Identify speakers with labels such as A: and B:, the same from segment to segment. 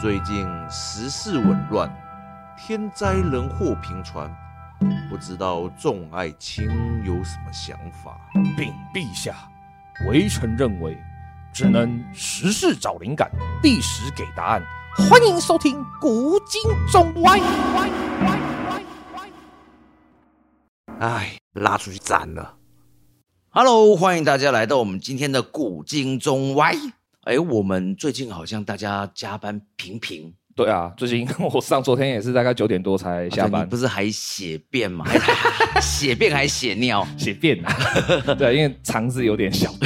A: 最近时事紊乱，天灾人祸频传，不知道众爱卿有什么想法？
B: 禀陛下，微臣认为，只能时事找灵感，历史给答案。欢迎收听《古今中外》。
A: 哎，拉出去斩了！Hello，欢迎大家来到我们今天的古今中外。哎，我们最近好像大家加班频频，
B: 对啊，最近我上昨天也是大概九点多才下
A: 啊对
B: 班
A: 你，不是还血便吗？还 血便还血尿？
B: 血便 啊，对，因为肠子有点小，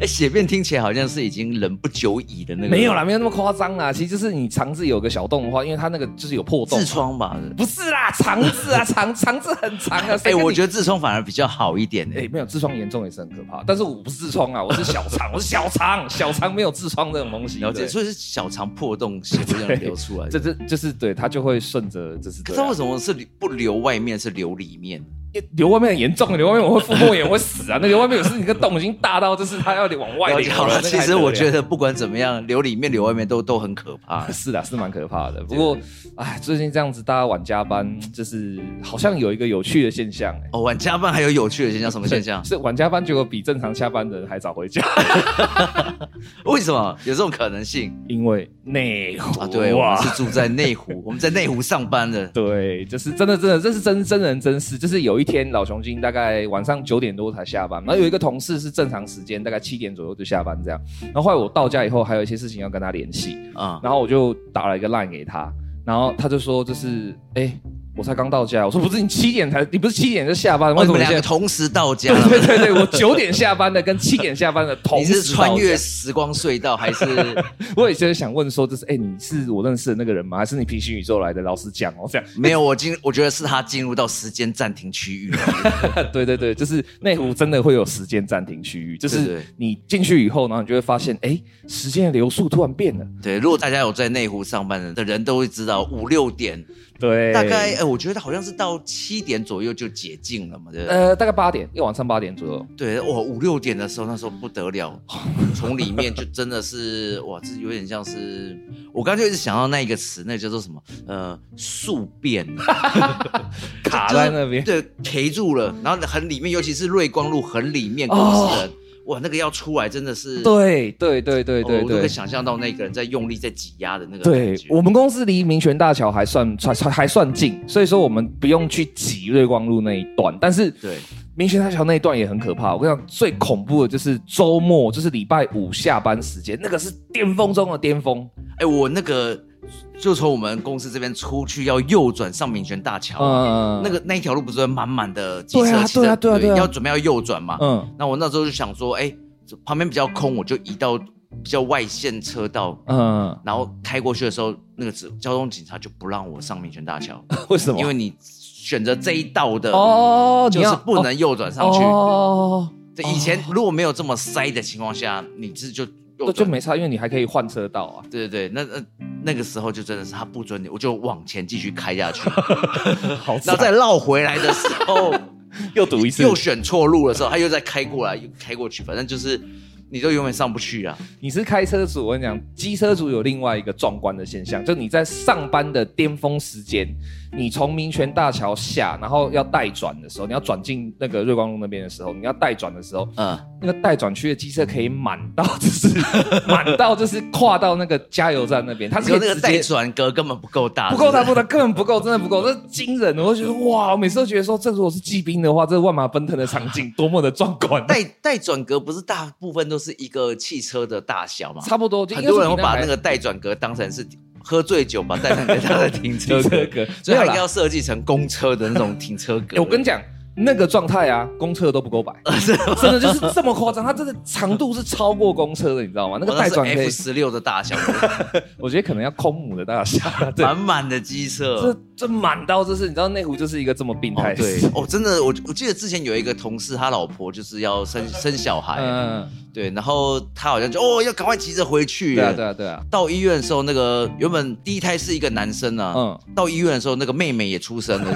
A: 哎，血便听起来好像是已经人不久矣的那个，
B: 没有啦，没有那么夸张啦。其实就是你肠子有个小洞的话，因为它那个就是有破
A: 痔
B: 洞嘛，
A: 疮吧？
B: 不是啦，肠子啊，肠肠子很长啊。
A: 哎，我觉得
B: 得。
A: 痔疮反而比较好一点、
B: 哎、
A: 哎，
B: 没有痔疮严重也是很可怕，但是我不是痔疮啊，我是小肠，我是小肠，小肠没有痔疮这种东西。
A: 了解，
B: 对
A: 所以是小肠破洞，血不这样流出来。
B: 这这就是对，它就会顺着，哎就是
A: 可
B: 对
A: 是
B: 啊、
A: 为什么是不流外面，是流里面？
B: 流外面很严重，流外面我会腹膜炎，我会死啊！那流外面有是你个洞已经大到，就是它要得往外
A: 了
B: 流
A: 解好了，
B: 那个
A: 其
B: 还
A: 实
B: 得
A: 我
B: 了。
A: 觉得不管怎么样，流里面、流外面都都很可怕
B: 是啊，是蛮可怕的。不过，哎，最近这样子大家晚加班，就是好像有一个有趣的现象、哎，
A: 哦，晚加班还有有趣的现象，什么现 象？
B: 是晚加班结果比正常下班的人还早回家，
A: 为什么有这种可能性
B: 因为内湖
A: 啊？对，我
B: 哇
A: 们是住在内湖，我们在内湖上班的。
B: 对，就是真的，真的，这是真真人真事。就是有一天，老熊精大概晚上九点多才下班，然后有一个同事是正常时间，大概七点左右就下班这样。然后后来我到家以后，还有一些事情要跟他联系，
A: 啊、
B: 然后我就打了一个 line 给他，然后他就说就是，哎、我才刚到家。我说不是，你七点才，你不是七点就下班，为
A: 为
B: 什
A: 什
B: 么
A: 么
B: 你
A: 两
B: 现
A: 个
B: 在？
A: 同时到家
B: 对
A: 了？
B: 对 对对，我九点下班的跟七点下班的 同
A: 你是
B: 时到
A: 穿
B: 家
A: 越时光隧道还是？
B: 我也就是想问说，就是哎、你是我认识的那个人吗？还是你平行宇宙来的？老实讲哦，这样
A: 没有，我进，我觉得是他进入到时间暂停区 域了。
B: 对对对，就是内湖真的会有时间暂停区域，就
A: 对
B: 是
A: 对
B: 你进去以后，然后你就会发现，哎、时间的流速突然变了。
A: 对，如果大家有在内湖上班的人都会知道，五六点
B: 对，
A: 大概，哎、我觉得好像是到七点左右就解禁了嘛，对不对？
B: 呃大概八点，要晚上八点 左右。
A: 对，哇，五六点的时候，那时候不得了，从里面就真的是，哇，这有点像是，我刚才就一直想到那一个词，那个叫做什么？呃，宿便，
B: 卡在那边哦
A: 就是对，陪住了，然后很里面，尤其是瑞光路很里面，公司人，哇，那个要出来真的是，
B: 对对对对
A: 哦
B: 对
A: 我都可
B: 对
A: 以。想象到那个人在用力在挤压的那个
B: 对
A: 感觉嗯
B: 我们公司离民权大桥还算还还还算近，所以说我们不用去挤瑞光路那一段，但是
A: 对
B: 民权大桥那一段也很可怕。我跟你讲，最恐怖的就是周末，就是礼拜五下班时间，那个是巅峰中的巅峰。
A: 哎、我那个就从我们公司这边出去，要右转上民权大桥，
B: 嗯，
A: 哦那个那一条路不是满满的机
B: 对
A: 车、
B: 啊
A: 汽车，
B: 对啊对啊对啊
A: 要准备要右转嘛。
B: 嗯
A: 那我那时候就想说，哎、这旁边比较空，我就移到比较外线车道。
B: 嗯，
A: 然后开过去的时候，那个只交通警察就不让我上民权大 桥，
B: 为什么？
A: 因为你选择这一道的，
B: 哦，你
A: 就
B: 要
A: 是不能右转上去。
B: 哦，
A: 对以前如果没有这么塞的情况下，你是就右
B: 哦那就
A: 转。
B: 没差，因为你还可以换车道啊。
A: 对对对，那那那个时候就真的是他不准你，我就往前继续开下 去，
B: 好
A: 然后再绕回来的时候，
B: 又赌一次
A: 又选错路的时候，他又再开过来，又开过去，反正就是你都永远上不去啊。
B: 你是开车族，我跟你讲，机车族有另外一个壮观的现象，就你在上班的巅峰时间，你从民权大桥下，然后要带转的时候，你要转进那个瑞光路那边的时候，你要带转的时候，
A: 嗯，
B: 那个待转区的机车可以满到，就是 满到，就是跨到那个加油站那边，它
A: 只
B: 是可
A: 有那
B: 以直
A: 个带
B: 接。
A: 转格根本不够大，
B: 不够大，
A: 啊是
B: 不够大，根本不够，真的 不够，这惊人！我就觉得哇，我每次都觉得说，这如果是骑兵的话，这万马奔腾的场 景多么的壮观
A: 不是。带带转格不是大部分都是一个汽车的大小嘛？
B: 差不多，就
A: 很
B: 应该是
A: 多人会
B: 比
A: 把
B: 还
A: 那个带转格当成是喝醉酒把带转格当成停车
B: 停车
A: 格
B: 格，
A: 所以它
B: 没有啦
A: 应该要设计成公车的那种停车格。
B: 欸我跟你讲，那个状态啊，公车都不 够摆，真的就是这么夸张。它真的长度是超过公车的，你 知道吗？那
A: 我
B: 个带转可以
A: 哦 F，十六的大 小，
B: 我觉得可能要空母的 大小。对，
A: 满满的机车，
B: 这这满到就是，你知道内湖就是一个这么病
A: 哦
B: 态、
A: 哦，对，哦，真的，我我记得之前有一个同事，他老婆就是要生生小孩，
B: 嗯，
A: 对，然后他好像就哦要赶快急着回去，
B: 对啊，对啊，对啊，
A: 到医院的时候，那个原本第一胎是一个男生啊，
B: 嗯，
A: 到医院的时候，那个妹妹也出生 了，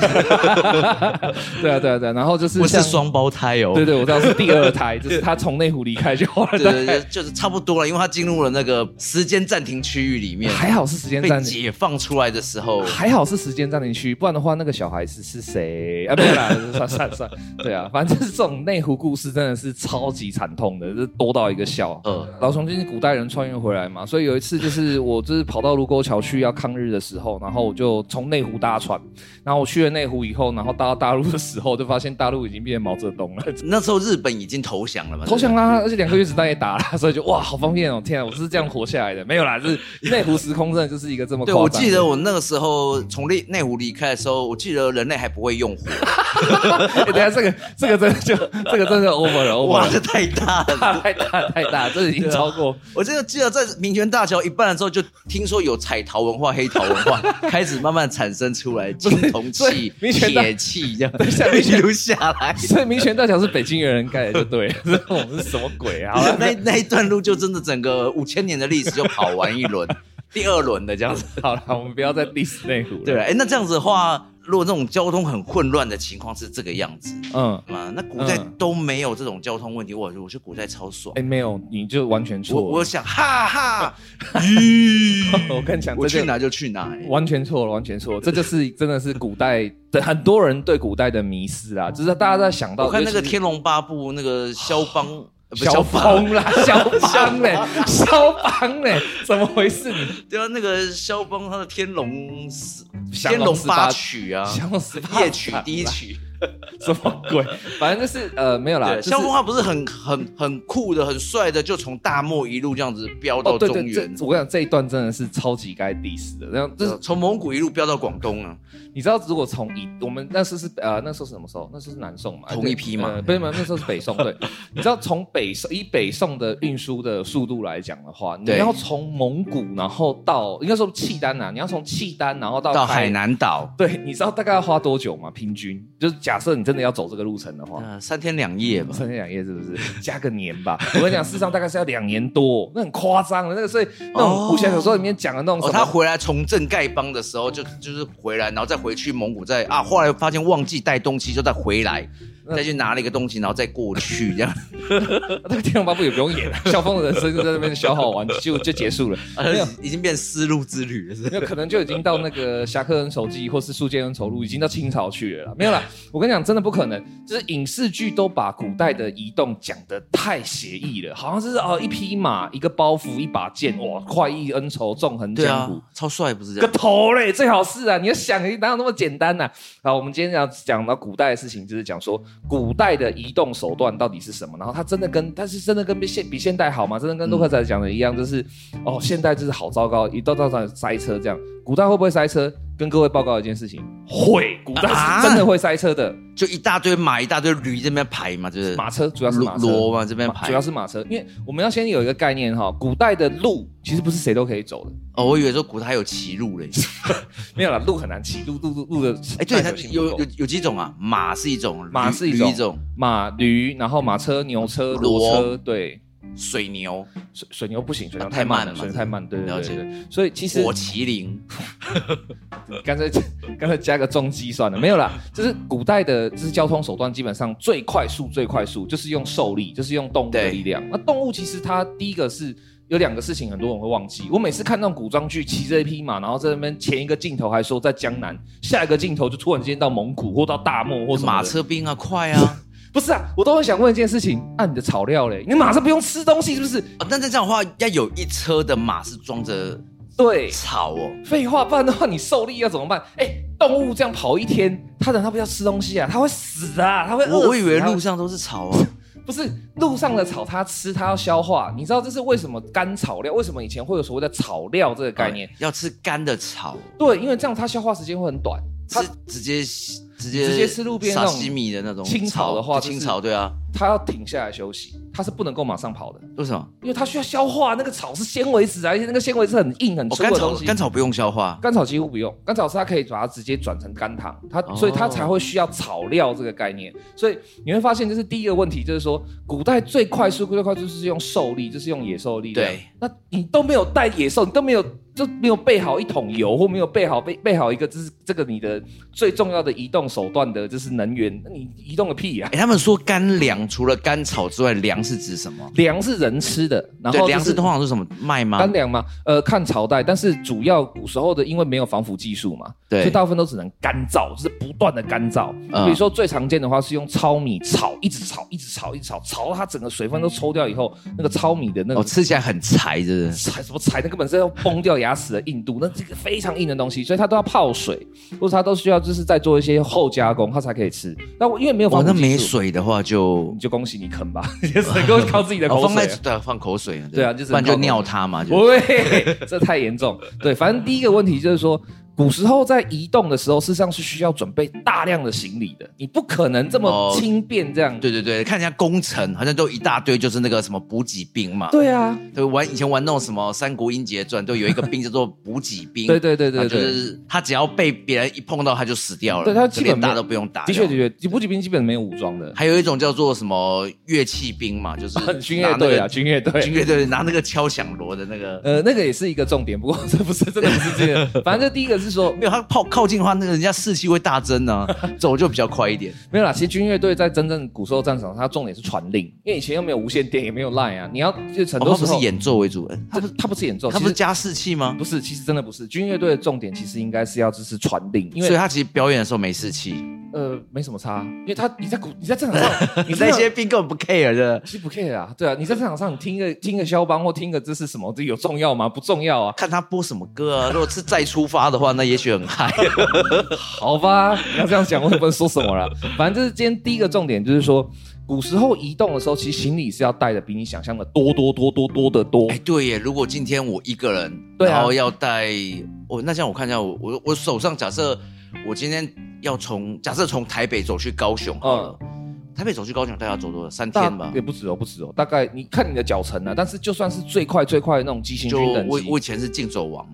B: 对啊，对啊，对啊。然后就是
A: 不是
B: 像，
A: 双胞胎哦，
B: 对对，我知道是第二胎，就是他从内湖离开就换 了
A: 对对对，就是差不多了，因为他进入了那个时间暂停区域里面，
B: 还好是时间
A: 被哦
B: 暂停，
A: 解放出来的时候，
B: 还好是时间暂停区，不然的话那个小孩是是谁啊？没有啦，算算算，对啊，反正就是这种内湖故事真的是超级惨痛的，就是多到一个笑。
A: 呃，
B: 老熊就是古代人穿越回来嘛，所以有一次就是我就是跑到卢沟桥去要抗日的时候，然后我就从内湖搭船，然后我去了内湖以后，然后搭到大陆的时候，就发现大陆已经变成毛泽东了。
A: 那时候日本已经投降了嘛，对
B: 投
A: 不对
B: 降啦，而且两个月子弹也打啦， 所以就哇，好方便哦！天啊，我是这样活下来的，没有啦， 就是内湖时空真的就是一个这么
A: 对，
B: 夸
A: 我
B: 张
A: 记得我那个时候从内内湖离开的时候，我记得人类还不会用火，
B: 欸 等一下这个这个真的就 这个真的 over 了，over
A: 哇，
B: 了
A: 这太大了。
B: 大太大太大，这已经超 过。
A: 我真的记得在民权大桥一半的时候，就听说有彩陶文化、黑陶文 化开始慢慢产生出来，青铜
B: 所
A: 器
B: 以、民权大
A: 铁器这样
B: 等一下民
A: 一
B: 权
A: 路下 来。
B: 所以民权大桥是北京人盖的，就对了。 这我们是什么鬼啊？好了，
A: 那那一段路就真的整个五千年的历史就跑完一 轮，第二轮的这样子。
B: 好了，我们不要再 diss 内湖了。
A: 对，哎，那这样子的话，如果这种交通很混乱的情况是这个样子
B: 嗯，
A: 嘛？那古代
B: 嗯
A: 都没有这种交通问题，我我觉得古代超爽
B: 哎、。没有，你就完全
A: 我
B: 错
A: 我
B: 了。
A: 想，哈 哈，咦，
B: 我跟你讲，
A: 我
B: 这
A: 去
B: 就
A: 哪就去哪、哎
B: 完全错了，完全错了。这就是真的是古代的很多人对古代的迷失啊，就是大家在想到
A: 我看那个《
B: 尤其是
A: 天龙八部》，那个肖 邦，呃不
B: 萧
A: 邦，
B: 峰啦，肖邦嘞，肖邦嘞，怎么回事？你
A: 对啊，那个肖邦他的《天龙四》 《
B: 降
A: 天
B: 龙
A: 龙
B: 十
A: 八
B: 八
A: 曲》啊，
B: 降龙十八
A: 夜曲
B: 掌
A: 第一 曲，
B: 什么鬼？反正就是呃，没有啦，
A: 对，
B: 就是
A: 肖邦他不是很很很酷的、很帅的，就从大漠一路这样子飙到
B: 哦，对
A: 中
B: 对，这
A: 原，
B: 我跟你讲，这一段真的是超级该 diss 的。然后就是
A: 呃从蒙古一路飙到广东啊，
B: 你知道，如果从以我们那时候是呃那时候是什么时候？那时候是南宋嘛，
A: 同
B: 对
A: 一批嘛
B: 呃不是没有，那时候是北宋。对，你知道从北宋以北宋的运输的速度来讲的话，你
A: 对
B: 要从蒙古然后到应该说契丹呐、啊，你要从契丹然后到
A: 到海。南岛，
B: 对，你知道大概要花多久吗？平均就是假设你真的要走这个路程的话，
A: 呃，三天两夜吧。
B: 三天两夜是不是？加个年吧。我跟你讲，事实上大概是要两年多，那很夸张的。那个所以那种
A: 哦
B: 武侠小说里面讲的那种
A: 哦，
B: 什
A: 他
B: 么，
A: 回来从镇丐帮的时候就，就是回来，然后再回去蒙古再，啊，后来发现忘记带东西，就再回来，
B: 嗯
A: 再去拿了一个东西，然后再过去这样。
B: 那个《天龙八部》也不用演 了，萧峰的人生就在那边消耗完就就结束了。没有
A: 啊，已经变丝路之旅了，是不
B: 没
A: 是？
B: 有，可能就已经到那个《侠客恩仇记》或是《宿剑恩仇录》，已经到清朝去了啦。没有啦，我跟你讲，真的不可能。就是影视剧都把古代的移动讲得太写意了，好像是哦，一匹马、一个包袱、一把剑，哇，快意恩仇，纵横
A: 对
B: 江
A: 啊
B: 湖。，
A: 超帅不是这
B: 个
A: 样？
B: 头嘞，最好是啊！你要想，你哪有那么简单呐、啊好，我们今天要讲到古代的事情，就是讲说古代的移动手段到底是什么。然后它真的
A: 嗯
B: 跟，但是真的跟比现比现代好吗？真的跟陆克仔讲的一样，就是、哦，现代就是好糟糕，一到到站塞车这样。古代会不会塞车？跟各位报告一件事情，会，古代
A: 啊
B: 是真的会塞车的。
A: 就一大堆马，一大堆驴这边排嘛，就是
B: 马车主要是马车，
A: 骡嘛这边
B: 马
A: 排
B: 主。要是马车，因为我们要先有一个概念哈，古代的路其实不是谁都可以走的，
A: 哦，我以为说古代还有骑路 嘞。
B: 没有啦，路很难骑，路路路路的
A: 哎，对，它
B: 耐久性不
A: 有
B: 够
A: 有有几种啊？马是一种，
B: 马
A: 驴
B: 是一
A: 驴
B: 种
A: 一种，
B: 马、驴，然后马车、牛车、
A: 嗯
B: 骡车，对，
A: 水牛、
B: 水水牛不行，水牛
A: 啊
B: 太慢了，
A: 太慢了
B: 水牛太慢，对
A: 嗯
B: 对
A: 了
B: 对
A: 解
B: 对。所以其实
A: 火麒麟。
B: 干 脆干脆加个重机算了，没有啦，就是古代的就是交通手段，基本上最快速最快速就是用受力，就是用动物的
A: 对
B: 力量。那动物其实它第一个是。有两个事情很多人会忘记。我每次看那种古装剧，骑着一匹马，然后在那边前一个镜头还说在江南，下一个镜头就突然间到蒙古或到大漠或什么的
A: 马车兵啊，快 啊！
B: 不是啊，我都会想问一件事情：按、你的草料嘞，你马上不用吃东西是不是？
A: 哦，但是这样的话，要有一车的马是装着
B: 对，
A: 草哦。
B: 废话，不然的话你受力要怎么办？哎、动物这样跑一天，它难道不要吃东西啊？它会死啊，它会饿死。
A: 我我以为
B: 它会
A: 路上都是草啊。
B: 不是路上的草，它吃它要消化。你知道这是为什么干草料？为什么以前会有所谓的草料 这个概念？
A: 哦要吃干的草，
B: 对，因为这样它消化时间会很短。它
A: 吃直接直接
B: 直接吃路边那
A: 沙
B: 种
A: 西米的那种
B: 清炒的话就是
A: 清炒对啊，
B: 他要停下来休息，他是不能够马上跑的，
A: 为什么？
B: 因为他需要消化那个草是纤维质啊，而且那个纤维是很硬很
A: 哦，
B: 粗
A: 甘
B: 的
A: 草
B: 东西。
A: 甘草不用消化，
B: 甘草几乎不用，甘草是它可以把它直接转成甘糖，它
A: 哦
B: 所以它才会需要草料这个概念。所以你会发现，就是第一个问题，就是说古代最快速、最快速就是用兽力，就是用野兽力量。
A: 对，
B: 那你都没有带野兽，你都没有就没有备好一桶油，或没有备好备备好一个，就是这个你的最重要的移动手段的，就是能源，那你移动个屁呀、
A: 哎、他们说干粮除了甘草之外，粮是指什么？
B: 粮是人吃的，然后
A: 对，
B: 就
A: 粮
B: 是
A: 食通常是什么麦吗？
B: 干粮嘛，呃，看朝代，但是主要古时候的，因为没有防腐技术嘛，
A: 对
B: 所以大部分都只能干燥，就是不断的干燥。
A: 嗯
B: 比如说最常见的话是用糙米炒，一直炒，一直炒，一直炒，炒到它整个水分都抽掉以后，那个糙米的那
A: 哦，
B: 个
A: 吃起来很柴，是不是？
B: 柴什么柴，那根本是要崩掉牙齿的硬度，那这个非常硬的东西，所以它都要泡水，或者它都需要就是再做一些后加工，它才可以吃。那我因为没有
A: 哇，
B: 防腐
A: 哦那
B: 技术，
A: 没水的话就
B: 你就恭喜你啃吧， 你只能够靠自己的
A: 哦
B: 口
A: 放
B: 水、
A: 在
B: 啊。
A: 对啊放口水，
B: 对啊就是
A: 不然就
B: 靠口水
A: 尿它嘛，就
B: 喂，这太严重。对，反正第一个问题就是说，古时候在移动的时候，事实上是需要准备大量的行李的，你不可能这么
A: 哦
B: 轻便这样。
A: 对对对，看人家工程好像都一大堆，就是那个什么补给兵嘛，
B: 对啊，
A: 对，玩以前玩那种什么《三国英杰传》，都有一个兵叫做补给兵，
B: 对对对
A: 啊
B: 对
A: 就
B: 对。
A: 是他只要被别人一碰到，他就死掉了，
B: 对他基本
A: 连打
B: 没有
A: 都不用打，
B: 的确，的。确，吉普吉兵基本没有武装 的，
A: 还有一种叫做什么乐器兵 嘛，就是
B: 军
A: 拿
B: 乐
A: 那
B: 队
A: 个
B: 啊，军乐队
A: 军。乐队拿那个敲响锣的那 个，
B: 呃，那个也是一个重点，不过 这不是真的不是 这个。反正这第一个是说
A: 没有他靠靠近的话，那个人家士气会大增 啊，走就比较快一点。
B: 没有啦，其实军乐队在真正古时候战场上，它重点是传令，因为以前又没有无线电，也没有 line 啊，你要就很
A: 哦
B: 多
A: 他
B: 时
A: 不是
B: 候，
A: 演奏为主，哎
B: 它不它不是演奏，
A: 他
B: 其
A: 不是
B: 实
A: 加士气吗？
B: 不是，其实真的不是。军乐队的重点其实应该是要就是传令，因
A: 所以
B: 为
A: 他其实表演的时候没士气，
B: 呃没什么差，因为他你在古你在战场 上你
A: 那
B: 在
A: 些兵根本不 care 的，
B: 其实不 care 啊，对啊，你在战场上你听个听个肖邦或听个这是什么，这有重要吗？不重要啊，
A: 看他播什么歌啊。如果是再出发的话，那也许很嗨。
B: 好吧，你要这样讲我也不能说什么了。 反正这是今天第一个重点，就是说古时候移动的时候，其实行李是要带的比你想象的多多多多多的多
A: 哎、。对耶！如果今天我一个人，
B: 对啊
A: 然后要带我、那这样我看一下，我我我手上假设我今天要从假设从台北走去高雄好了，台北走去高雄大概要走多少？三
B: 嗯大
A: 天吧
B: 也。不止哦，不止哦，大概你看你的脚程啊，但是就算是最快最快的那种急行
A: 就
B: 军等
A: 我
B: 级，
A: 我以前是竞走王，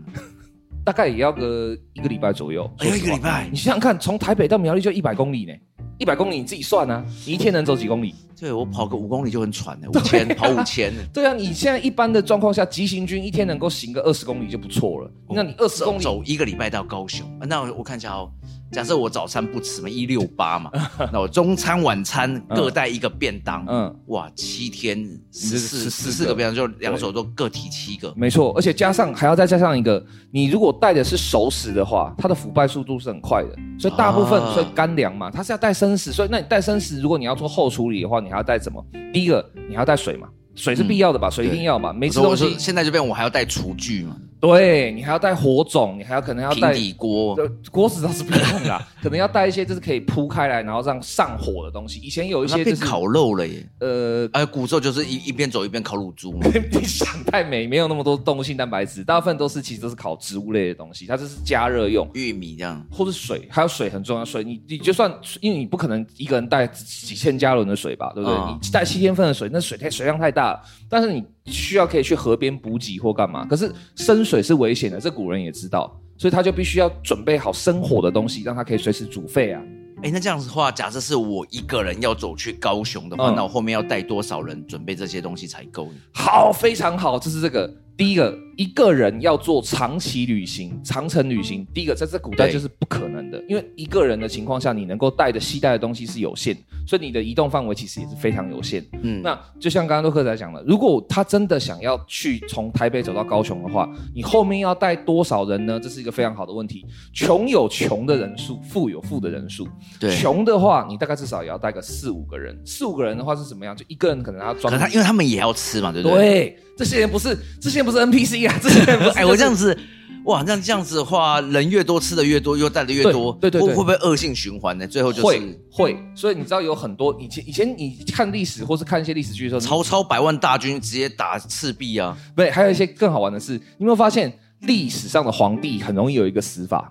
B: 大概也要个一个礼拜左右。
A: 哎呦，
B: 说
A: 一
B: 实
A: 个
B: 话
A: 礼拜
B: 你，想想看，从台北到苗栗就一百公里呢，一百公里你自己算啊，你一天能走几公里？
A: 对我跑个五公里就很喘了，五
B: 啊
A: 千、跑五 千，
B: 对啊，你现在一般的状况下，急行军一天能够行个二十公里就不错了。那你二十公
A: 走
B: 里，
A: 哦走一个礼拜到高雄。啊那我我看一下哦，假设我早餐不吃嘛，一六八 嘛，那我中餐晚餐各带一个便当，
B: 嗯，
A: 哇，七天十
B: 这是
A: 四
B: 14
A: 十四个
B: 个
A: 便当，就两手都各提七个。
B: 没错，而且加上还要再加上一个，你如果带的是熟食的话，它的腐败速度是很快的，所以大部分、
A: 啊
B: 所以干粮嘛，它是要带生食，所以那你带生食，如果你要做后处理的话，你还要带什么？第一个你还要带水嘛，水是必要的吧，水一定要吧，没
A: 我
B: 吃
A: 嗯说我
B: 东
A: 说
B: 西，
A: 现在这边我还要带厨具嘛，
B: 对你还要带火种，你还要可能要
A: 平
B: 带
A: 底锅。
B: 呃，锅子倒是不用 啦，可能要带一些就是可以铺开来，然后让上火的东西。以前有一
A: 它
B: 些
A: 变
B: 就是
A: 烤肉了耶！
B: 呃，
A: 哎，古时候就是一一边走一边烤乳猪嘛。
B: 你想太美，没有那么多动物性蛋白质，大部分都是其实都是烤植物类的东西，它就是加热用。
A: 玉米这样，
B: 或是水，还有水很重要。水你你就算，因为你不可能一个人带几千加仑的水吧，对不对？
A: 嗯
B: 你带七天份的水，那水太水量太大了。但是你需要可以去河边补给或干嘛。可是生水是危险的，这古人也知道，所以他就必须要准备好生火的东西，让它可以随时煮沸啊。
A: 哎，那这样子的话，假设是我一个人要走去高雄的话，
B: 嗯
A: 那我后面要带多少人准备这些东西才够呢？
B: 好，非常好，这是这个第一个，一个人要做长期旅行、长程旅行，第一个在这古代
A: 对
B: 就是不可能的，因为一个人的情况下，你能够带的携带的东西是有限，所以你的移动范围其实也是非常有限。
A: 嗯，
B: 那就像刚刚洛克仔讲了，如果他真的想要去从台北走到高雄的话，你后面要带多少人呢？这是一个非常好的问题。穷有穷的人数，富有富的人数。
A: 对，
B: 穷的话，你大概至少也要带个四五个人。四五个人的话是怎么样？就一个人可能要
A: 可
B: 装
A: 能他因为他们也要吃嘛，对不对？。
B: 对，这些人不是这些人不是 NPC 啊，这 些人不是
A: 哎，我这样子，哇，那这样子的话，人越多，吃的越多，又带的越多，
B: 对对对
A: 会会不会恶性循环呢？最后就
B: 会
A: 是
B: 会，所以你知道有很多以前以前你看历史或是看一些历史剧的时候，
A: 曹操百万大军直接打赤壁啊，
B: 不对，还有一些更好玩的是，你有没有发现历史上的皇帝很容易有一个死法，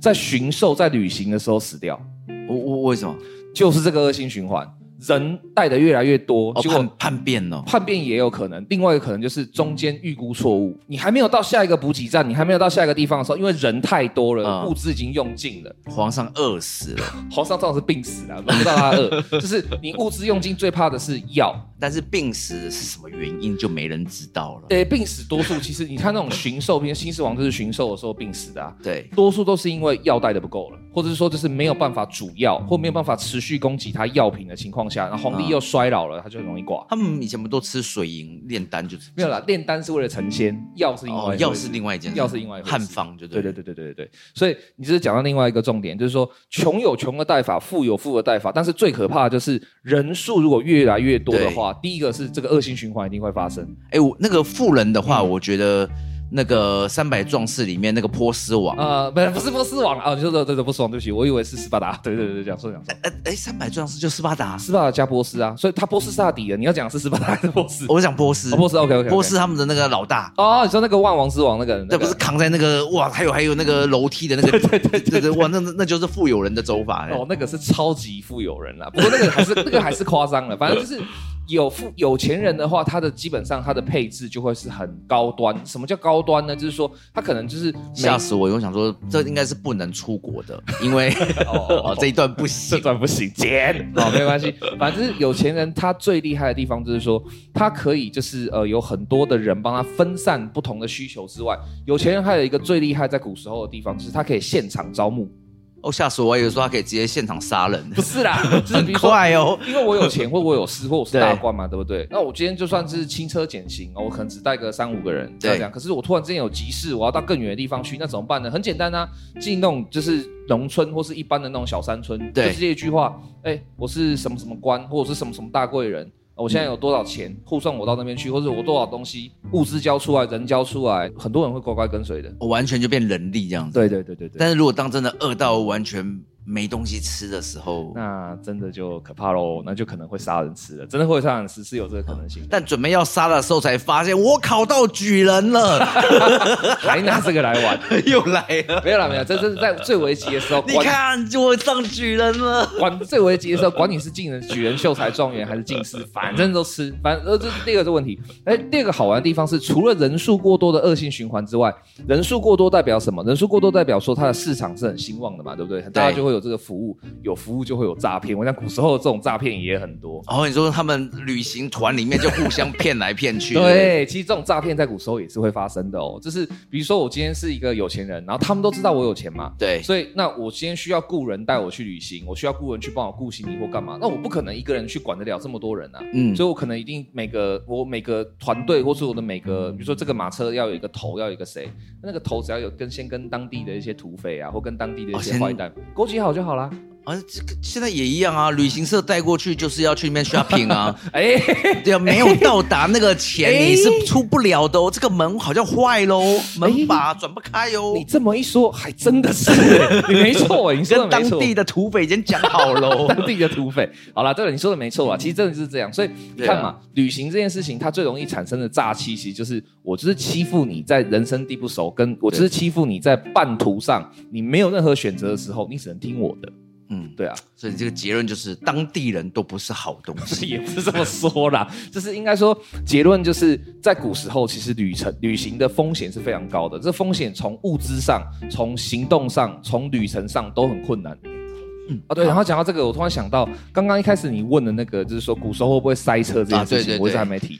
B: 在巡狩在旅行的时候死掉，
A: 我我为什么？
B: 就是这个恶性循环，人带的越来越多，
A: 哦，
B: 结果
A: 叛叛变哦，
B: 叛变也有可能，另外一个可能就是中间预估错误，你还没有到下一个补给站，你还没有到下一个地方的时候，因为人太多了，
A: 嗯
B: 物资已经用尽了。
A: 皇上饿死了，
B: 皇上当然是病死了，不知道他 饿，就是你物资用尽，最怕的是药。
A: 但是病死是什么原因就没人知道了。
B: 诶、病死多数其实你看那种巡狩片，新狮王就是巡狩的时候病死的啊。
A: 对，
B: 多数都是因为药带的不够了，或者是说就是没有办法煮药，或没有办法持续供给他药品的情况下，然后皇
A: 嗯
B: 帝又衰老了，他就很容易挂。
A: 他们以前不都吃水银炼丹就是
B: 没有啦，炼丹是为了成仙，药是另外一
A: 哦
B: 回，事
A: 药是另外一件事，
B: 药是另外一回事
A: 汉方就
B: 对
A: 对
B: 对对对对对对，所以你这是讲到另外一个重点，就是说穷有穷的带法，富有富的带法，但是最可怕的就是人数如果越来越多的话，第一个是这个恶性循环一定会发生。
A: 哎、我那个富人的话，我觉得那个三百壮士里面那个波斯王，哎、
B: 呃，不是不是波斯王啊，你说对对对，波斯王，对不起，我以为是斯巴达，对对对对，讲错讲错，
A: 呃哎，三百壮士就斯巴达，
B: 斯巴达加波斯啊，所以他波斯是他的敌人，你要讲是斯巴达还是波斯？
A: 我讲波斯，
B: 哦波斯 OK OK，
A: 波斯他们的那个老大，
B: 哦，你说那个万王之王那个人，
A: 这不是扛在那个哇，还有还有那个楼梯 的那个，对对对对，哇，那那那就是富有人的走法、哎
B: 哦，那个是超级富有人啦，不过那个 还是那个还是夸张了。反正就是有富有钱人的话，他的基本上他的配置就会是很高端。什么叫高端呢？就是说他可能就是每
A: 吓死我！我想说，这应该是不能出国 的，因为哦这一段不
B: 这
A: 行。
B: 段不行，剪 好哦没关系，反正就是有钱人他最厉害的地方就是说，他可以就是呃有很多的人帮他分散不同的需求之外，有钱人还有一个最厉害在古时候的地方就是他可以现场招募，
A: 哦，吓死我！我以为说他可以直接现场杀人，
B: 不是啦，就是
A: 很
B: 比如说
A: 快哦。
B: 因为我有钱，或我有 事，或我是大官嘛，对不对？那我今天就算是轻车简行，哦我可能只带个三五个人这
A: 对
B: 样。可是我突然之间有急事，我要到更远的地方去，那怎么办呢？很简单啊，进那种就是农村或是一般的那种小山村，就
A: 对
B: 直接一句话，哎，我是什么什么官，或者是什么什么大贵人。哦我现在有多少钱护送我到那边去，或者我多少东西物资交出来，人交出来，很多人会乖乖跟随的。
A: 我哦完全就变人力这样子。
B: 对对对对对，
A: 但是如果当真的饿到完全没东西吃的时候，
B: 那真的就可怕喽，那就可能会杀人吃了，真的会杀人吃是有这个可能 性的。
A: 但准备要杀的时候才发现我考到举人了，
B: 还拿这个来玩？
A: 又来了。
B: 没有啦，没有，这这是在最危急的时候，
A: 你
B: 管
A: 看，我上举人了。
B: 管最危急的时候，管你是进人举人秀才、状元还是进士，反正都吃，反正呃，这是第二个问题。哎，第二个好玩的地方是，除了人数过多的恶性循环之外，人数过多代表什么？人数过多代表说它的市场是很兴旺的嘛，对不对？大家就会有这个服务，有服务就会有诈骗。我想古时候这种诈骗也很多。
A: 然后你说他们旅行团里面就互相骗来骗去，
B: 对，其实这种诈骗在古时候也是会发生的哦。就是比如说我今天是一个有钱人，然后他们都知道我有钱嘛，
A: 对
B: 所以那我今天需要雇人带我去旅行，我需要雇人去帮我雇行李或干嘛，那我不可能一个人去管得了这么多人啊。
A: 嗯
B: 所以我可能一定每个我每个团队或是我的每个，比如说这个马车要有一个头，要有一个谁，那个头只要有跟先跟当地的一些土匪啊，或跟当地的一
A: 哦
B: 些
A: 先
B: 坏蛋勾结好就 好啦。
A: 啊，这个现在也一样啊，旅行社带过去就是要去那边 shopping 啊，
B: 哎、
A: 对啊，没有到达那个钱
B: 哎
A: 你是出不了的哦，这个门好像坏喽，门把转不开哦
B: 你，这么一说，还真的是、你没错、你说的
A: 跟当
B: 没错。
A: 地的土匪已经讲 好喽，
B: 当地的土匪。好啦，对了，你说的没错啊，其实真的是这样。所以你看嘛，旅行这件事情，它最容易产生的诈欺，其实就是我就是欺负你在人生地不熟，跟我就是欺负你在半途上，你没有任何选择的时候，你只能听我的。
A: 嗯，
B: 对啊，
A: 所以这个结论就是当地人都不是好东西。
B: 是也不是这么说啦， 就是应该说结论就是在古时候，其实旅程旅行的风险是非常高的。这风险从物资上、从行动上、从旅程上都很困难。嗯啊对，然后讲到这个，我突然想到，刚刚一开始你问的那个，就是说古时候会不会塞车这件事情，
A: 啊对对对
B: 我一直还没提。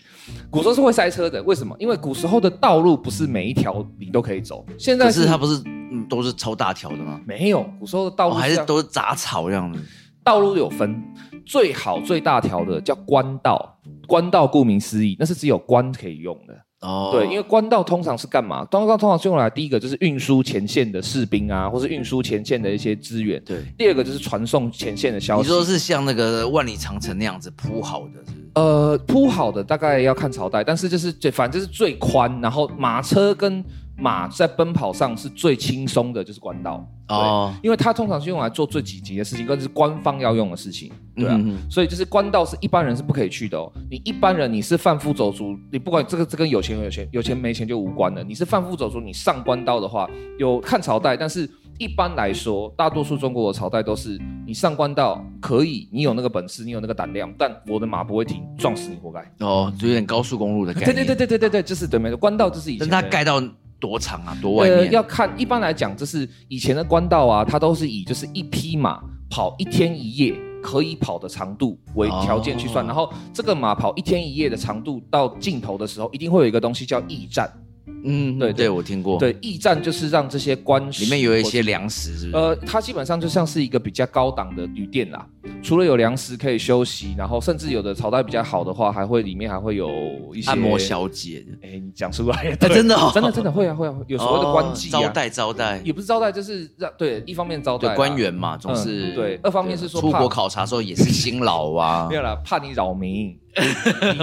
B: 古时候是会塞车的，为什么？因为古时候的道路不是每一条你都可以走，现在
A: 可
B: 是
A: 是它不是、嗯、都是超大条的吗？
B: 没有，古时候的道
A: 哦，
B: 路
A: 还是
B: 这样
A: 都是杂草这样子？
B: 道路有分，最好最大条的叫官道。官道顾名思义，那是只有官可以用的。
A: 哦，
B: 对，因为
A: 为
B: 官道通常是干嘛？官道通常是用来第一个就是运输前线的士兵啊，或是运输前线的一些资源；
A: 对，
B: 第二个就是传送前线的消
A: 你
B: 息。
A: 说是像那个万里长城那样子铺好的，是不是
B: 呃，铺好的大概要看朝代，但是就是最反正就是最宽，然后马车跟马在奔跑上是最轻松的，就是官道。对
A: 哦，
B: 因为它通常是用来做最紧急的事情，跟是官方要用的事情，对啊，
A: 嗯嗯
B: 所以就是官道是一般人是不可以去的哦。你一般人你是贩夫走卒，你不管这个这跟有钱有钱有钱没钱就无关了。你是贩夫走卒，你上官道的话，有看朝代，但是一般来说，大多数中国的朝代都是你你上官道可以，你有那个本事，你有那个胆量，但我的马不会停，撞死你活该。
A: 哦，就有点高速公路的概
B: 对
A: 念。
B: 对对，对对对对，就是对没错，官道就是以前
A: 但它
B: 的
A: 盖到多长啊？多外
B: 呃，
A: 面？
B: 要看一般来讲，就是以前的官道啊，它都是以就是一匹马跑一天一夜可以跑的长度为条件去算，
A: 哦
B: 然后这个马跑一天一夜的长度到尽头的时候，一定会有一个东西叫驿站。
A: 嗯，
B: 对
A: 对
B: 对
A: 对，我听过。，
B: 对，驿站就是让这些官
A: 里面有一些粮食，是不是？
B: 呃，它基本上就像是一个比较高档的旅店啦，除了有粮食可以休息，然后甚至有的朝代比较好的话，还会里面还会有一些
A: 按摩。小姐，
B: 哎、你讲出来了，
A: 哎，真的 哦
B: 真的
A: 的
B: 真的会啊会啊，有所谓的官妓、啊
A: 招待招待，
B: 也不是招待，就是让对一方面招待
A: 对
B: 啦
A: 官，员嘛，总是啊
B: 嗯对二方面是说
A: 出
B: 怕
A: 国考察的时候也是辛劳 啊
B: 没，有啦，怕你扰民，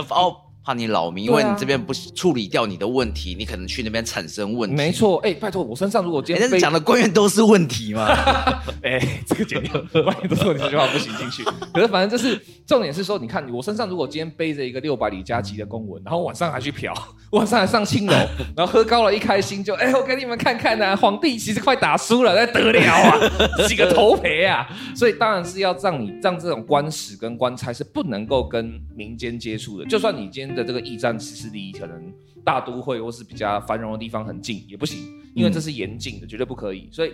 A: 哦。怕你扰民，因
B: 对啊
A: 为你这边不处理掉你的问题，你可能去那边产生问题。
B: 没错。哎、拜托，我身上如果今
A: 哎，
B: 天
A: 但是
B: 被
A: 讲的官员都是问题嘛？
B: 哎、 这个剪掉，万一都是我这句话不行进去。可是反正就是重点是说，你看我身上如果今天背着一个六百里加急的公文，然后晚上还去嫖，晚上还上青楼，然后喝高了一开心就哎、我给你们看看呐、皇帝其实快打输了，那得了啊，几个头赔啊！所以当然是要让你让这种官史跟官差是不能够跟民间接触的。就算你今天的这个驿站其实离可能大都会或是比较繁荣的地方很近，也不行，因为这是严禁的，绝对不可以。所以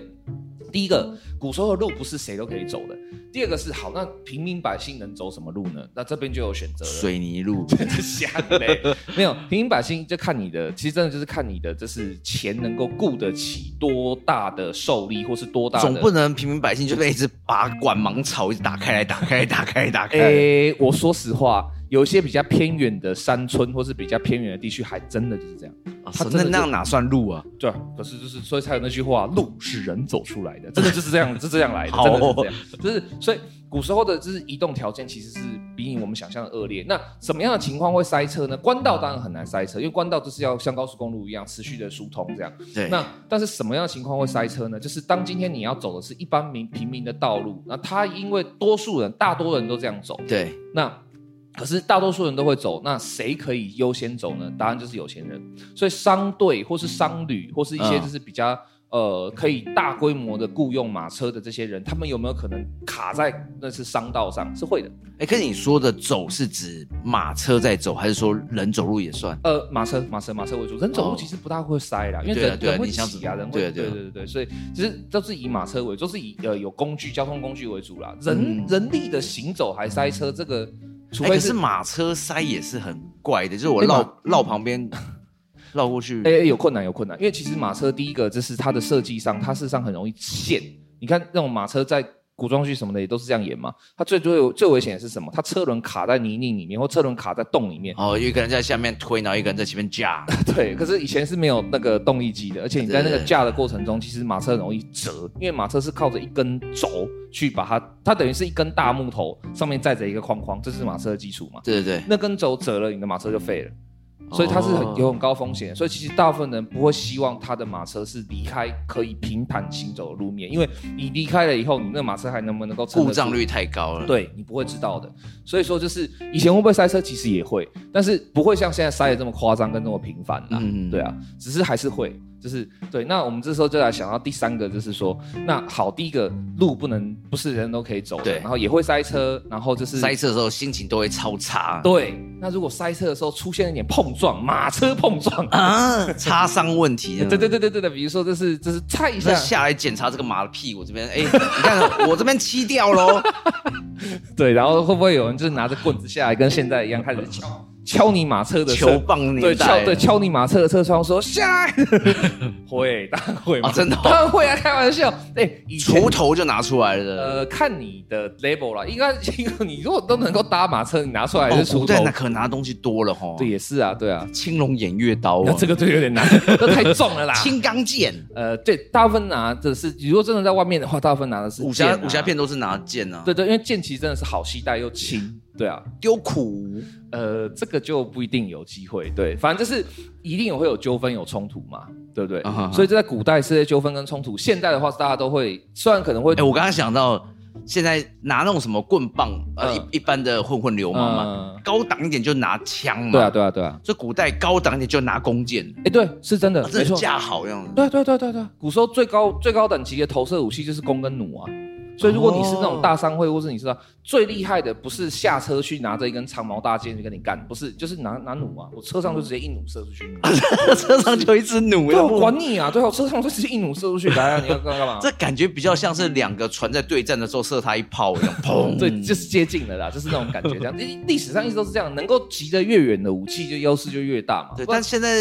B: 第一个，古时候的路不是谁都可以走的。第二个是好，那平民百姓能走什么路呢？那这边就有选择了。
A: 水泥路，
B: 香嘞，没有平民百姓就看你的，其实真的就是看你的，就是钱能够雇得起多大的受力，或是多大 的。
A: 总不能平民百姓就被一直把管芒草一直打开来，打开来，打开来，打开来。
B: 诶、哎我说实话，有一些比较偏远的山村，或是比较偏远的地区，还真的就是这样。
A: 啊
B: 他
A: 那
B: 真的
A: 那
B: 就
A: 哪算路啊？
B: 对啊，可是就是所以才有那句话，路是人走出来的，真的就是这样，是这样来的，
A: 好哦
B: 真的是这样，就是所以古时候的就是移动条件其实是比我们想象的恶劣。那什么样的情况会塞车呢？官道当然很难塞车，因为官道就是要像高速公路一样持续的疏通这样。
A: 对，
B: 那但是什么样的情况会塞车呢？就是当今天你要走的是一般民平民的道路，那他因为多数人大多人都这样走，
A: 对，
B: 那可是大多数人都会走，那谁可以优先走呢？答案就是有钱人。所以商队或是商旅或是一些
A: 嗯
B: 就是比较、呃可以大规模的雇佣马车的这些人，他们有没有可能卡在那是商道上？是会的。
A: 哎，可是你说的走是指马车在走，还是说人走路也算？
B: 呃，马车、马车、马车为主，人走路
A: 哦
B: 其实不大会塞啦，因为
A: 对啊
B: 人、
A: 对啊
B: 人会
A: 你像是
B: 挤啊，人会
A: 对啊
B: 对
A: 对啊
B: 对对，所以其实都是以马车为主，都是以呃有工具、交通工具为主啦。人、
A: 嗯
B: 人力的行走还塞车，这个除
A: 哎，可
B: 非
A: 是马车塞也是很怪的，就是我
B: 哎马
A: 绕绕旁 边绕过去
B: 哎、，有困难，有困难，因为其实马车第一个就是它的设计上，它事实上很容易陷。你看那种马车在古装剧什么的也都是这样演嘛。它最最最危险的是什么？它车轮卡在泥泞里面，或车轮卡在洞里面。
A: 哦，有一个人在下面推，然后一个人在前面 架，
B: 对，可是以前是没有那个动力机的，而且你在那个架的过程中，其实马车很容易折，因为马车是靠着一根轴去把它，它等于是一根大木头，上面载着一个框框，这是马车的基础嘛。
A: 对对
B: 那根轴折了，你的马车就废了。所以它是很
A: 哦
B: 有很高风险，所以其实大部分人不会希望他的马车是离开可以平坦行走的路面，因为你离开了以后，你那马车还能不能够
A: 对，
B: 撑得
A: 故障
B: 住
A: 率太高了。，
B: 对你不会知道的。所以说，就是以前会不会塞车，其实也会，但是不会像现在塞的这么夸张跟这么频繁啦。
A: 嗯
B: 对啊，只是还是会，就是对。那我们这时候就来想到第三个，就是说，那好，第一个路不能不是人都可以走的，
A: 对
B: 然后也会塞车，然后就是
A: 塞车的时候心情都会超差。
B: 对，那如果塞车的时候出现一点碰撞，马车碰撞，
A: 啊，擦伤问题呢。
B: 对对对对对对，比如说这是这是踩一下
A: 那，下来检查这个马的屁股这边，哎、你看我这边漆掉喽。
B: 对，然后会不会有人就是拿着棍子下来，跟现在一样开始敲敲你马车的车
A: 球棒年代
B: 对敲对
A: 了
B: 敲你马车的车窗说下来， 会当然会嘛，
A: 啊真的哦
B: 当然会啊，开玩笑，哎，以前
A: 锄头就拿出来了。
B: 呃看你的 level 啦，应该 因为你如果都能够搭马车，你拿出来
A: 哦
B: 呃是，锄
A: 古代那
B: 头，
A: 可拿东西多了吼。
B: 对，，也是啊，对啊，
A: 青龙偃月刀
B: 那
A: 啊，
B: 这个就有点难， 这太重了啦。
A: 青钢剑，
B: 呃，对，大部分拿的是，如果真的在外面的话，大部分拿的是
A: 武侠
B: 剑啊
A: 武侠片都是拿剑啊。
B: 对对，因为剑其实真的是好携带又轻，对啊，
A: 丢苦
B: 呃，这个就不一定有机会，对，反正就是一定有会有纠纷、有冲突嘛，对不对？
A: 啊哈哈
B: 所以这在古代是些纠纷跟冲突，现代的话是大家都会，虽然可能会
A: 哎、我刚刚想到，现在拿那种什么棍棒，呃，
B: 嗯
A: 一一般的混混流氓嘛，
B: 嗯
A: 高档一点就拿枪嘛。
B: 对啊，对啊，对啊，
A: 所以古代高档一点就拿弓箭，
B: 哎，对，是真的，
A: 啊、
B: 没
A: 这
B: 错，
A: 架好样子。
B: 对啊对啊对啊对啊对啊，古时候最高最高等级的投射武器就是弓跟弩啊，所以如果你是那
A: 哦
B: 种大商会，或是你是那最厉害的，不是下车去拿着一根长毛大剑去跟你干，不是，就是拿拿弩啊，我车上就直接一弩射出去。
A: 嗯 车上就一只弩，
B: 对啊，
A: 要不
B: 我管你啊！对啊，我车上就直接一弩射出去，来啊，你要干干 嘛？
A: 这感觉比较像是两个船在对战的时候射他一炮一 样，砰！
B: 对，就是接近了啦，就是那种感觉，这样。历历史上一直都是这样，能够骑得越远的武器，就优势就越大嘛。
A: 对，
B: 不然
A: 但现在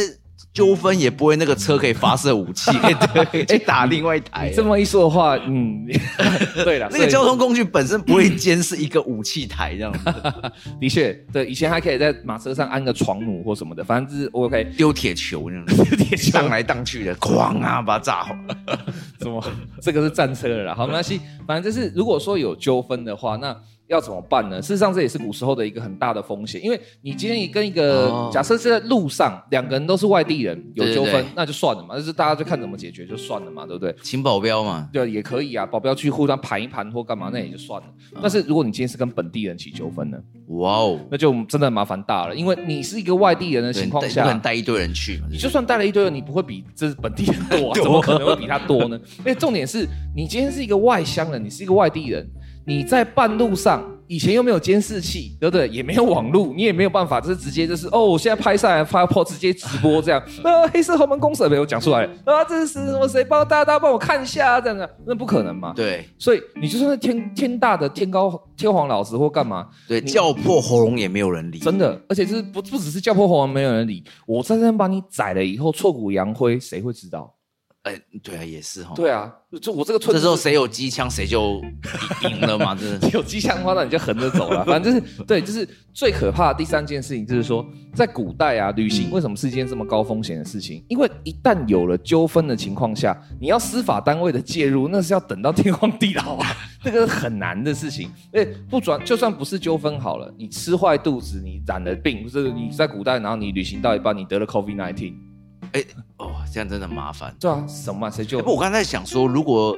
A: 纠纷也不会那个车可以发射武 器，可以可以去打另外一台啊
B: 你。这么一说的话，嗯， 对了，
A: 那
B: 所
A: 个
B: 以
A: 交通工具本身不会监视一个武器台这样 子，
B: 的确，对，以前还可以在马车上安个床弩或什么的，反正就是 OK。
A: 丢铁球那样子，
B: 铁球
A: 荡来荡去的，哐啊，把它 炸好。
B: 怎么？这个是战车了啦，好，没关系。反正就是，如果说有纠纷的话，那要怎么办呢？事实上，这也是古时候的一个很大的风险，因为你今天跟一个、
A: 哦
B: 假设是在路上，两个人都是外地人，有
A: 对对
B: 纠纷，
A: 对
B: 那就算了嘛，就是大家就看怎么解决就算了嘛，对不对？
A: 请保镖嘛，
B: 对，也可
A: 嗯
B: 以啊，保镖去互相盘一盘或干嘛，那也就算了。但是如果你今天是跟本地人起纠纷呢，
A: 哇哦，
B: 那就真的麻烦大了，因为你是一个外地人的
A: 对
B: 情
A: 你
B: 况
A: 带你不
B: 下，
A: 可能带一堆人去嘛，
B: 你
A: 你
B: 就算带了一堆人，你不会比这是本地人多、啊，怎么可能会比他 多呢？因为重点是你今天是一个外乡人，你是一个外地人，你在半路上。以前又没有监视器，对不对？也没有网络，你也没有办法，就是直接就是哦，我现在拍下来发 p o 直接直播 这样。呃，黑色豪门公社没有讲出来啊，这是什么谁帮大家大家帮我看一下啊这样的，那不可能嘛。
A: 对
B: 所以你就算是天天大的天高天皇老师或干嘛，
A: 对，
B: 你
A: 叫破喉咙也没有人理，
B: 真的，而且就是不不只是叫破红没有人理，我真正把你宰了以后挫骨扬灰，谁会知道？
A: 哎，对啊，也是哈。
B: 对啊，就我这个村
A: 这
B: 子
A: 时候谁有机枪谁就赢了嘛，真的。
B: 有迹象的话，那你就横着走了。反正就是对，就是最可怕的第三件事情，就是说在古代啊，旅
A: 嗯
B: 行为什么是一件这么高风险的事情？因为一旦有了纠纷的情况下，你要司法单位的介入，那是要等到天荒地老啊，这个是很难的事情。哎，不转就算不是纠纷好了，你吃坏肚子，你染了病，或者你在古代，然后你旅行到一半，你得了 COVID nineteen，
A: 哦，这样真的麻烦。
B: 对啊，什么办谁救
A: 欸不，？我刚才在想说，如果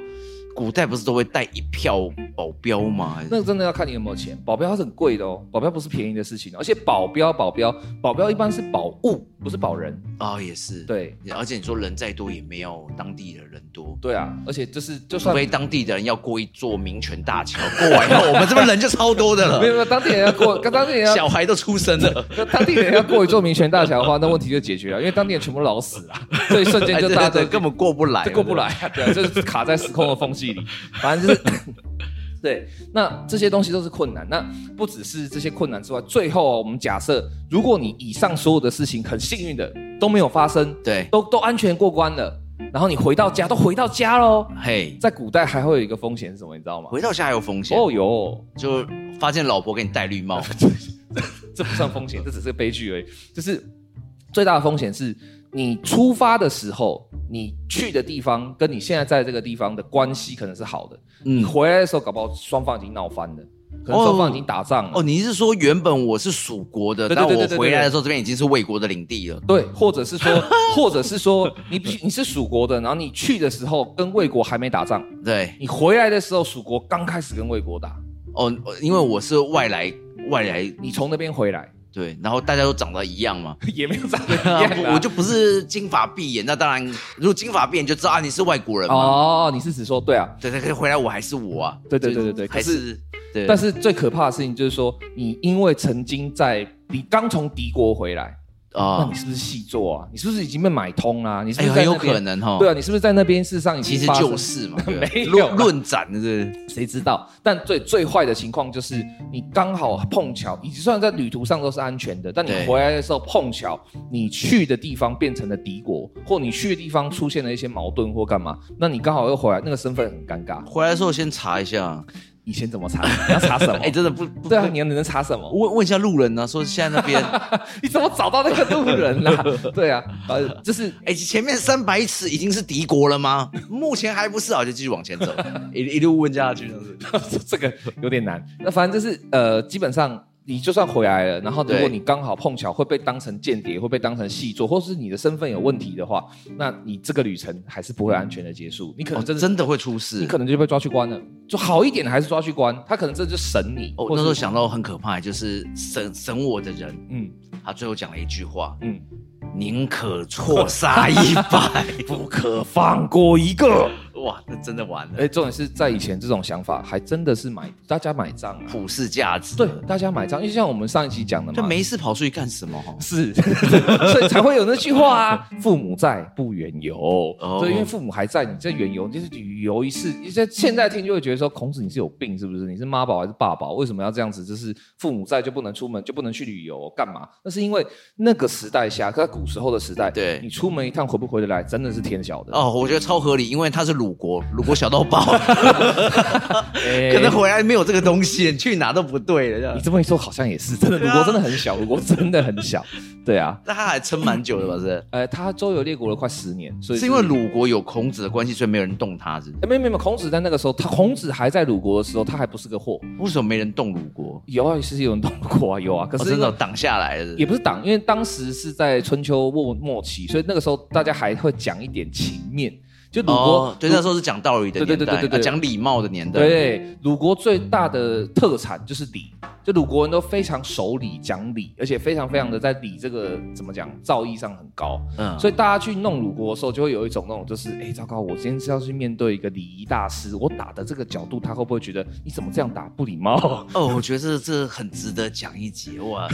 A: 古代不是都会带一票保镖吗？
B: 那个真的要看你有没有钱，保镖它是很贵的哦，保镖不是便宜的事情哦，而且保镖保镖保镖一般是保物，不是保人。
A: 哦，也是。，
B: 对
A: 而且你说人再多也没有当地的人多，
B: 对啊，而且就是就
A: 除
B: 算没
A: 非当地的人要过一座民权大桥，过完以 后我们这边人就超多的
B: 有没
A: 了，
B: 有当地人要 过，跟当地人要
A: 小孩都出生了。
B: 那当地人要过一座民权大桥的话，那问题就解决了，因为当地人全部老死了， 所以瞬间
A: 哎
B: 就
A: 对
B: 大
A: 对
B: 家
A: 对，
B: 都
A: 根本过不来，
B: 就过不来啊，对啊，就是卡在时空的缝隙里， 反正就是。对，那这些东西都是困难。那不只是这些困难之外，最后、哦、我们假设，如果你以上所有的事情很幸运的都没有发生，
A: 对。
B: 都都安全过关了，然后你回到家都回到家喽。
A: 对，嘿，
B: 在古代还会有一个风险是什么，你知道吗？
A: 回到家还有风险，
B: 哦哟，
A: 就发现老婆给你戴绿 帽，
B: 这不算风险，这只是个悲剧而已。就是最大的风险是你出发的时候，你去的地方跟你现在在这个地方的关系可能是好的，你
A: 嗯。
B: 回来的时候搞不好双方已经闹翻了，可能双方已经打仗了。
A: 哦，你是说原本我是蜀国的，
B: 对对
A: 但
B: 对对
A: 我
B: 对对
A: 回来的时候，这边已经是魏国的领地了。
B: 对，或者 是说，或者是说，你必须你是蜀国的，然后你去的时候跟魏国还没打仗，
A: 对，
B: 你回来的时候蜀国刚开始跟魏国打，
A: 哦，因为我是外来外来，
B: 你从那边回来
A: 对，然后大家都长得一样嘛，
B: 也没有长得一样、啊，
A: 我就不是金发碧眼，那当然，如果金发碧眼就知道啊你是外国人嘛，
B: 哦，你是指说对啊，
A: 对对，可是回来我还是我啊，
B: 对对对
A: 就
B: 对对
A: 还
B: 可
A: 是对，
B: 但是最可怕的事情就是说，你因为曾经在你刚从敌国回来，
A: 啊
B: 那哦你，是不是细做啊？你是不是已经被买通啦、你是
A: 哎
B: 不
A: 呦，
B: 是在
A: 很
B: 那
A: 有
B: 边、
A: 可能哈，
B: 对啊，你是不是在那边事实上已经
A: 其实
B: 发生
A: 就是 嘛，对
B: 没有啊
A: 论
B: 啦
A: 论斩的是，
B: 谁知道？但最最坏的情况就是你刚好碰巧，你虽然在旅途上都是安全的，但你
A: 对
B: 回来的时候碰巧你去的地方变成了敌国，或你去的地方出现了一些矛盾或干嘛，那你刚好又回来，那个身份很尴尬。
A: 回来的时候先查一下，
B: 以前怎么查？你要 查什么？
A: 哎，真的不不
B: 对啊，你要能查什么？
A: 问问一下路人呢，说现在那 边，
B: 你怎么找到那个路人 啦、对啊，呃，就是
A: 哎，前面三百尺已经是敌国了吗？目前还不是啊，就继续往 前走，一一路问下去，这样子
B: 这个有点难。那反正就是呃，基本上你就算回来了，然后如
A: 对
B: 果你刚好碰巧会被当成间谍，会被当成细作，或是你的身份有问题的话，那你这个旅程还是不会安全的结束。你可
A: 哦
B: 能真的、
A: 真的会出事，
B: 你可能就被抓去关了。就好一点的还是抓去关，他可能真的就审你。
A: 哦，
B: 或
A: 那
B: 是
A: 时候想到很可怕，就是审审我的人，
B: 嗯
A: 他最后讲了一句话
B: 嗯，：“
A: 宁可错杀一百，
B: 不可放过一个。
A: 哇，那真的完了，
B: 哎，重点是在以前这种想法还真的是买大家买账啊，
A: 普世价值。
B: 对，大家买账，因为像我们上一期讲的
A: 就
B: 嘛，
A: 没事跑出去干什么？哈，
B: 是， 所以才会有那句话啊， 父母在不远游。
A: 哦
B: 对，因为父母还在，你这远游就是旅游一次。现现在听就会觉得说，孔子你是有病是不是？你是妈宝还是爸宝？为什么要这样子？就是父母在就不能出门，就不能去旅游，干嘛？那是因为那个时代下，在古时候的时代，
A: 对
B: 你出门一趟回不回得来，真的是天晓得。
A: 哦，我觉得超合理，因为他是鲁国，鲁国小到 爆，
B: 哎
A: 可能回来没有这个东西，你去哪都不对了。这
B: 你
A: 样
B: 这么一说，好像也是真的。
A: 对
B: 鲁
A: 啊
B: 国真的很小，鲁国真的很小。对啊，
A: 那他还撑蛮久的吧？是
B: 呃，他周游列国了快十年，所以
A: 是因为鲁国有孔子的关系，所以没有人动他，是不是
B: 哎，没有没有没有，孔子在那个时候，他孔子还在鲁国的时候，他还不是个货。
A: 为什么没人动鲁国？
B: 有啊，是有人动过啊，有啊，可
A: 哦
B: 是
A: 真的
B: 因为
A: 挡下来了是不是，
B: 也不是党，因为当时是在春秋末末期，所以那个时候大家还会讲一点情面，就鲁国
A: 哦，对，那时候是讲道理的
B: 对对
A: 年
B: 对
A: 代，
B: 对对对
A: 啊讲礼貌的年代。
B: 对，鲁国最大的特产就是礼，就鲁国人都非常守礼、讲礼，而且非常非常的在礼这个怎么讲造诣上很高，
A: 嗯，
B: 所以大家去弄鲁国的时候，就会有一种那种就是，哎、糟糕，我今天是要去面对一个礼仪大师，我打的这个角度，他会不会觉得你怎么这样打不礼貌？
A: 哦，我觉得这这很值得讲一节哇！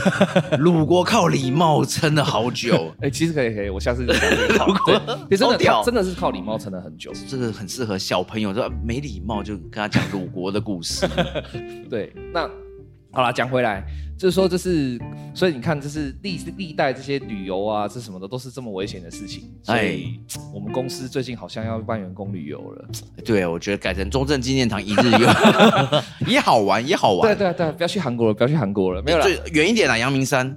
A: 鲁国靠礼貌撑了好久，
B: 哎、其实可以可以，我下次就讲这 个好对，对真
A: 超
B: 的
A: 屌
B: 他真的是靠礼貌撑了很久。
A: 这个很适合小朋友说没礼貌就跟他讲鲁国的故事。
B: 对，那好啦，讲回来，就是说这是，所以你看，这是历历代这些旅游啊，这什么的都是这么危险的事情。哎
A: 哎，
B: 我们公司最近好像要办员工旅游了。
A: 对，我觉得改成中正纪念堂一日 游也好玩，也好
B: 对
A: 玩。
B: 对对，不要去韩国了，不要去韩国了，没有啦，
A: 最远一点啦，阳明山。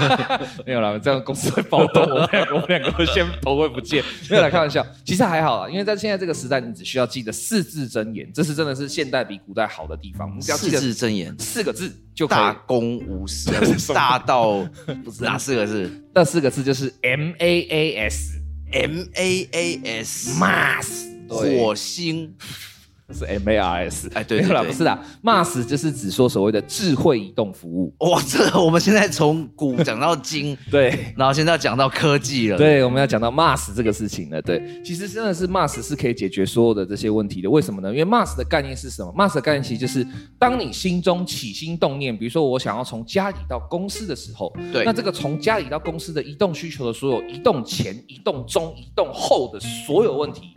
B: 没有啦，这样公司会暴 动，我们两个我们两个先头会不见。没有啦，开玩笑，其实还好啦，因为在现在这个时代，你只需要记得四字真言，这是真的是现代比古代好的地方。你只要
A: 四
B: 记得
A: 字真言，
B: 四个字就可以
A: 大。公无私，大道不是哪四个字
B: 那四个字就是 M A A S
A: ？M A A S
B: Mars，
A: 火星。
B: 是 M A R S。
A: 哎对对
B: 没有啦，
A: 对
B: 不是啦，Mars 就是指说所谓的智慧移动服务。
A: 哇，这我们现在从古讲到今，
B: 对。
A: 然后现在要讲到科技了。，
B: 对，我们要讲到 Mars 这个事情了。对，其实真的是 Mars 是可以解决所有的这些问题的。为什么呢？因为 Mars 的概念是什么？Mars 的概念其实就是，当你心中起心动念，比如说我想要从家里到公司的时候，
A: 对
B: 那这个从家里到公司的移动需求的所有移动前、移动中、移动后的所有问题，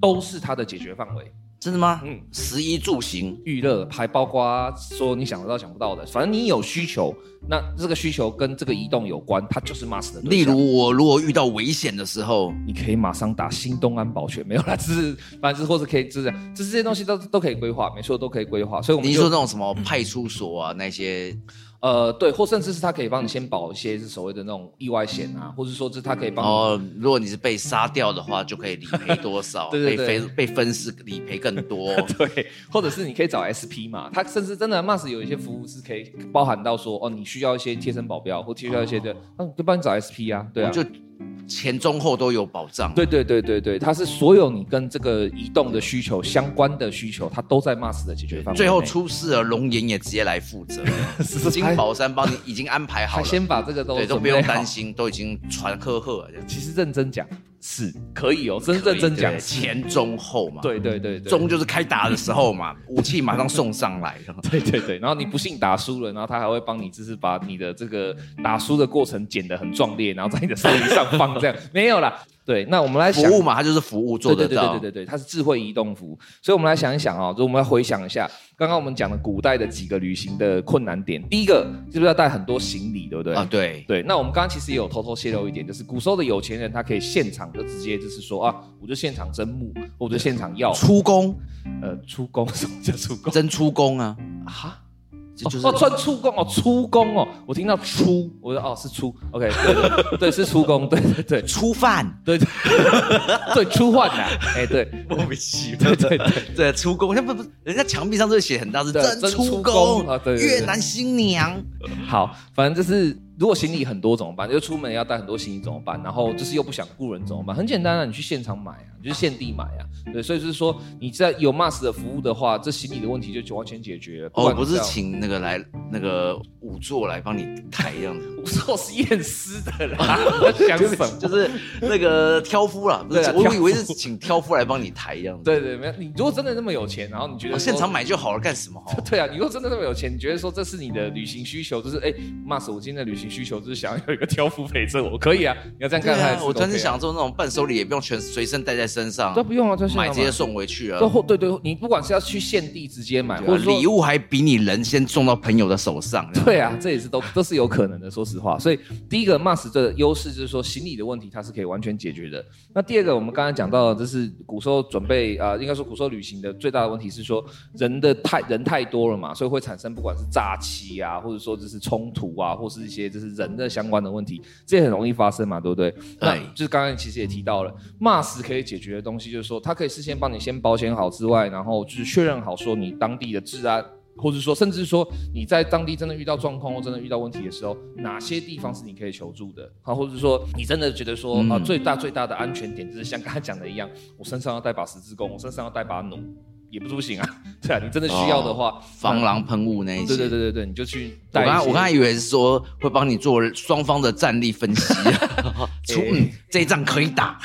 B: 都是它的解决范围。
A: 真的吗？
B: 嗯
A: 嗯，十一住行，
B: 娱乐，还包括说你想得到想不到的，反正你有需求，那这个需求跟这个移动有关，它就是 Mars 的
A: 例
B: 对象。
A: 如我如果遇到危险的时候，
B: 你可以马上打新东安保全，没有啦，只是反正或者可以就是这样，这这些东西都都可以规划，没错，都可以规划。所以我们
A: 你
B: 就嗯
A: 说那种什么派出所啊那些，
B: 呃对，或甚至是他可以帮你先保一些是所谓的那种意外险啊，或者说是他可以帮
A: 然
B: 你。
A: 后如果你是被杀掉的话，就可以理赔多少，
B: 对对
A: 被
B: 对
A: 分被分尸理赔更多。
B: 对，啊或者是你可以找 SP 嘛，他甚至真的 Mars 有一些服务是可以包含到说，哦，你需要一些贴身保镖或需要一些的，那、就帮你找 SP 啊，对啊，
A: 哦我就前中后都有保障。
B: 对对对对对，它是所有你跟这个移动的需求相关的需求，它都在 Mars 的解决范围内。
A: 最后出事了，龙岩也直接来负 责，金宝山帮你已经安排好
B: 还
A: 了，
B: 先把这个都
A: 对，都
B: 准
A: 不
B: 备
A: 用
B: 好
A: 担。心，都已经传呵呵了。
B: 其实认真讲是可以哦，真认真讲
A: 对
B: 是，
A: 前中后嘛，，
B: 对对对对，
A: 中就是开打的时候嘛，武器马上送上 来。
B: 对对对，然后你不幸打输了，然后他还会帮你，就是把你的这个打输的过程剪得很壮烈，然后在你的手机上放这样，没有啦。 对，那我们来
A: 服
B: 想
A: 务嘛，它就是服务做得
B: 对对
A: 到
B: 对对。对对，它是智慧移动服务。所以我们来想一想啊、哦，就我们来回想一下刚刚我们讲的古代的几个旅行的困难点。第一个是不是要带很多行李，对不对？
A: 啊，对，
B: 对，那我们刚刚其实也有偷偷泄露一点，就是古时候的有钱人，他可以现场就直接就是说啊，我就现场征募，或者现场要，
A: 出工
B: 呃，出工什么叫出工
A: 真出工啊，
B: 啊？
A: 这就是
B: 哦，算出工哦，出工哦，我听到出，我说哦是出，OK，对对对对是出工，对对对
A: 出饭，
B: 对对 对出换呐，哎对
A: 莫名其
B: 对对对，
A: 对，出工，那不不，人家墙壁上都写很大字，
B: 对真
A: 真
B: 出
A: 出
B: 工
A: 工
B: 啊对对对
A: 越南新娘，
B: 好，反正就是如果行李很多怎么办？就出门要带很多行李怎么办？然后就是又不想雇人怎么办？很简单啊，你去现场买啊，你就是现地买啊。对，所以就是说你在有 MAS 的服务的话，这行李的问题就完全解决了。
A: 哦，
B: 管
A: 不
B: 你
A: 是
B: 这样
A: 请那个来那个仵作来帮你抬这样子，
B: 我说我是验尸的 啦，我在想什么？
A: 就是那个挑夫啦，不是
B: 对啊，
A: 我
B: 挑
A: 以
B: 夫
A: 为是请挑夫来帮你抬一样的。
B: 对对，没有。你如果真的那么有钱，然后你觉得
A: 哦，
B: 说
A: 现场买就好了，干什么哈？
B: 对啊，你如果真的那么有钱，你觉得说这是你的旅行需求，就是哎，Mas，我今天的旅行需求就是想要有一个挑夫陪着我，可以啊，你要这样
A: 对
B: 看
A: 啊
B: 看，，
A: 我突然
B: 是
A: 是想说那种伴手礼也不用全随身带在身上
B: 都，不用啊，就是
A: 买直接送回去啊
B: 都。或对对，你不管是要去现地直接买，
A: 对啊
B: 或者说
A: 礼物还比你人先送到朋友的手上。这样
B: 对啊，这也是都都是有可能的。说实话，所以第一个 Mas 的优势就是说行李的问题它是可以完全解决的。那第二个，我们刚才讲到的，这是古时候准备啊、呃应该说古时候旅行的最大的问题是说人的太人太多了嘛，所以会产生不管是诈欺啊，或者说就是冲突啊，或是一些就是人的相关的问题，这也很容易发生嘛，对不对？那就是刚才其实也提到了，Mas 可以解决的东西就是说，它可以事先帮你先保险好之外，然后就是确认好说你当地的治安。或者说，甚至说你在当地真的遇到状况或真的遇到问题的时候，哪些地方是你可以求助
A: 嗯
B: 的？好，或者说你真的觉得说啊、最大最大的安全点就是像刚才讲的一样，我身上要带把十字弓，我身上要带把弩，也不是不行啊。 对啊，你真的需要的话，
A: 防狼喷雾那一些。
B: 对对对对对，你就去
A: 我
B: 带一
A: 刚
B: 些。
A: 刚我刚才以为是说会帮你做双方的战力分析， 出嗯这一仗可以打，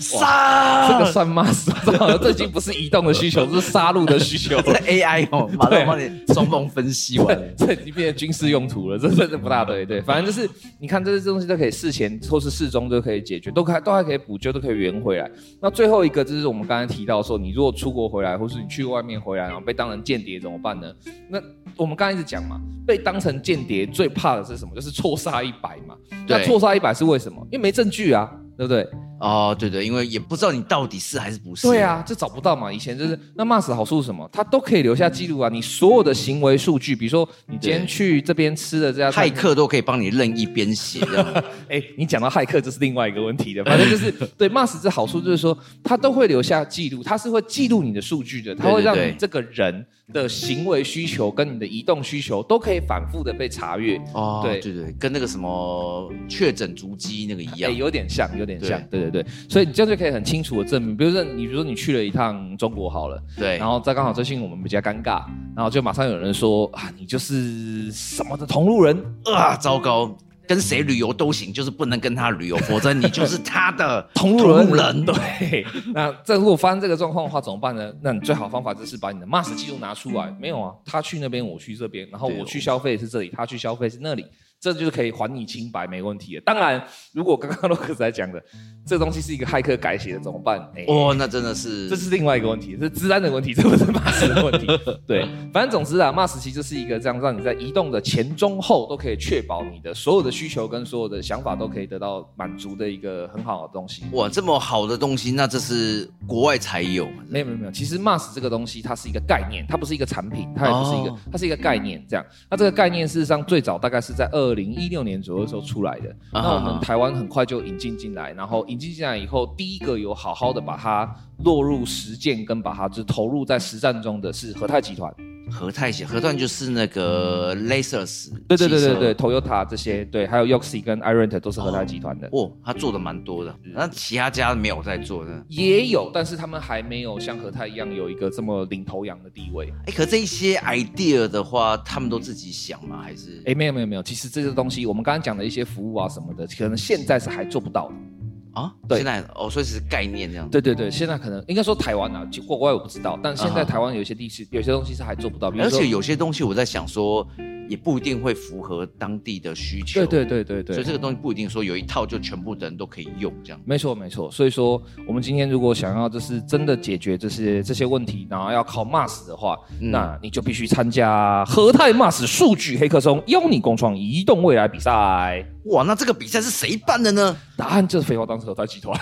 A: 杀
B: 哎这个算 mas，这已经不是移动的需求，这是杀戮的需求。
A: 这 AI 哦，马上帮你双方分析完。
B: 这已经变成军事用途了，这真的不大对。对，反正就是你看这些东西都可以事前或是事中都可以解决，都还都还可以补救，都可以圆回来。那最后一个就是我们刚才提到说，你如果出国回来，或是你去外面回来，然后被当成间谍怎么办呢？那我们刚才一直讲嘛，被当成间谍最怕的是什么？就是错杀一百嘛。那
A: 对
B: 错杀一百是为什么？因为没证据啊，对不对？
A: 哦，对对，因为也不知道你到底是还是不是。
B: 对，啊，这找不到嘛。以前就是那 Mars 好处是什么，它都可以留下记录啊。你所有的行为数据，比如说你今天
A: 对
B: 去这边吃的这家餐
A: 骇
B: 厅，
A: 客都可以帮你任意编写这样。
B: 哎、你讲到骇客，这是另外一个问题的。
A: 哎
B: 反正就是对 Mars 这好处就是说，它都会留下记录，它是会记录你的数据的，它
A: 对
B: 会
A: 对
B: 让
A: 对
B: 你这个人的行为需求跟你的移动需求都可以反复的被查阅。
A: 哦，
B: 对
A: 对对对，跟那个什么确诊足迹那个一
B: 哎、
A: 样。
B: 有点像，有点像，对对对，所以你这样就可以很清楚的证明，比如说你，比如说你去了一趟中国好了，
A: 对
B: 然，后再刚好最近我们比较尴尬，然后就马上有人说啊，你就是什么的同路人，
A: 啊，糟糕，跟谁旅游都行，就是不能跟他旅游，否则你就是他的
B: 同路人，
A: 人。
B: 对。那这如果发生这个状况的话，怎么办呢？那你最好方法就是把你的 mass 记录拿出来。没有啊，他去那边，我去这边，然后
A: 对
B: 我去消费是这里，他去消费是那里，这就是可以还你清白，没问题的。当然，如果刚刚洛克斯在讲的，这东西是一个骇客改写的，怎么办？哎、
A: 哦，那真的是，
B: 这是另外一个问题，这是治安的问题，这不是 Mars 的问题。对，反正总之啊，Mars 其实就是一个这样让你在移动的前、中、后都可以确保你的所有的需求跟所有的想法都可以得到满足的一个很好的东西。
A: 哇，这么好的东西，那这是国外才有。
B: 没有没有没有，其实 Mars 这个东西它是一个概念，它不是一个产品，它也不是一个，
A: 哦
B: 它是一个概念这样。那这个概念事实上最早大概是在二零一六年左右的时候出来的。
A: 啊
B: 那我们台湾很快就引进进来，然后引进进来以后，第一个有好好的把它落入实践跟把它就是投入在实战中的是和泰集团。
A: 和泰险，和泰就是那个 Lasers，
B: 对对对对对，Toyota 这些对，还有 Yoxi 跟 Irent 都是和泰集团的。
A: 哦，他做的蛮多的，那其他家没有在做的。
B: 也有，但是他们还没有像和泰一样有一个这么领头羊的地位。
A: 哎，可这一些 idea 的话，他们都自己想吗？还是
B: 哎、没有没有没有，其实这些东西我们刚刚讲的一些服务啊什么的，可能现在是还做不到的。嗯
A: 啊？
B: 对
A: 现在哦，所以是概念这样。
B: 对对对，现在可能应该说台湾啊，其国外我不知道，但现在
A: 啊哈
B: 台湾有一些地区、有些东西是还做不到，比如
A: 而
B: 说
A: 且有些东西我在想说，也不一定会符合当地的需求。
B: 对对对对
A: 所以
B: 对。
A: 这个东西不一定说有一套就全部的人都可以用这样。
B: 没错，没错。所以说，我们今天如果想要就是真的解决这些这些问题，然后要靠 MAS 的话，
A: 嗯
B: 那你就必须参加和泰 MAS 数据黑客松邀你共创移动未来比赛。
A: 哇，那这个比赛是谁办的 呢？
B: 答案就是废话，当时和泰集团。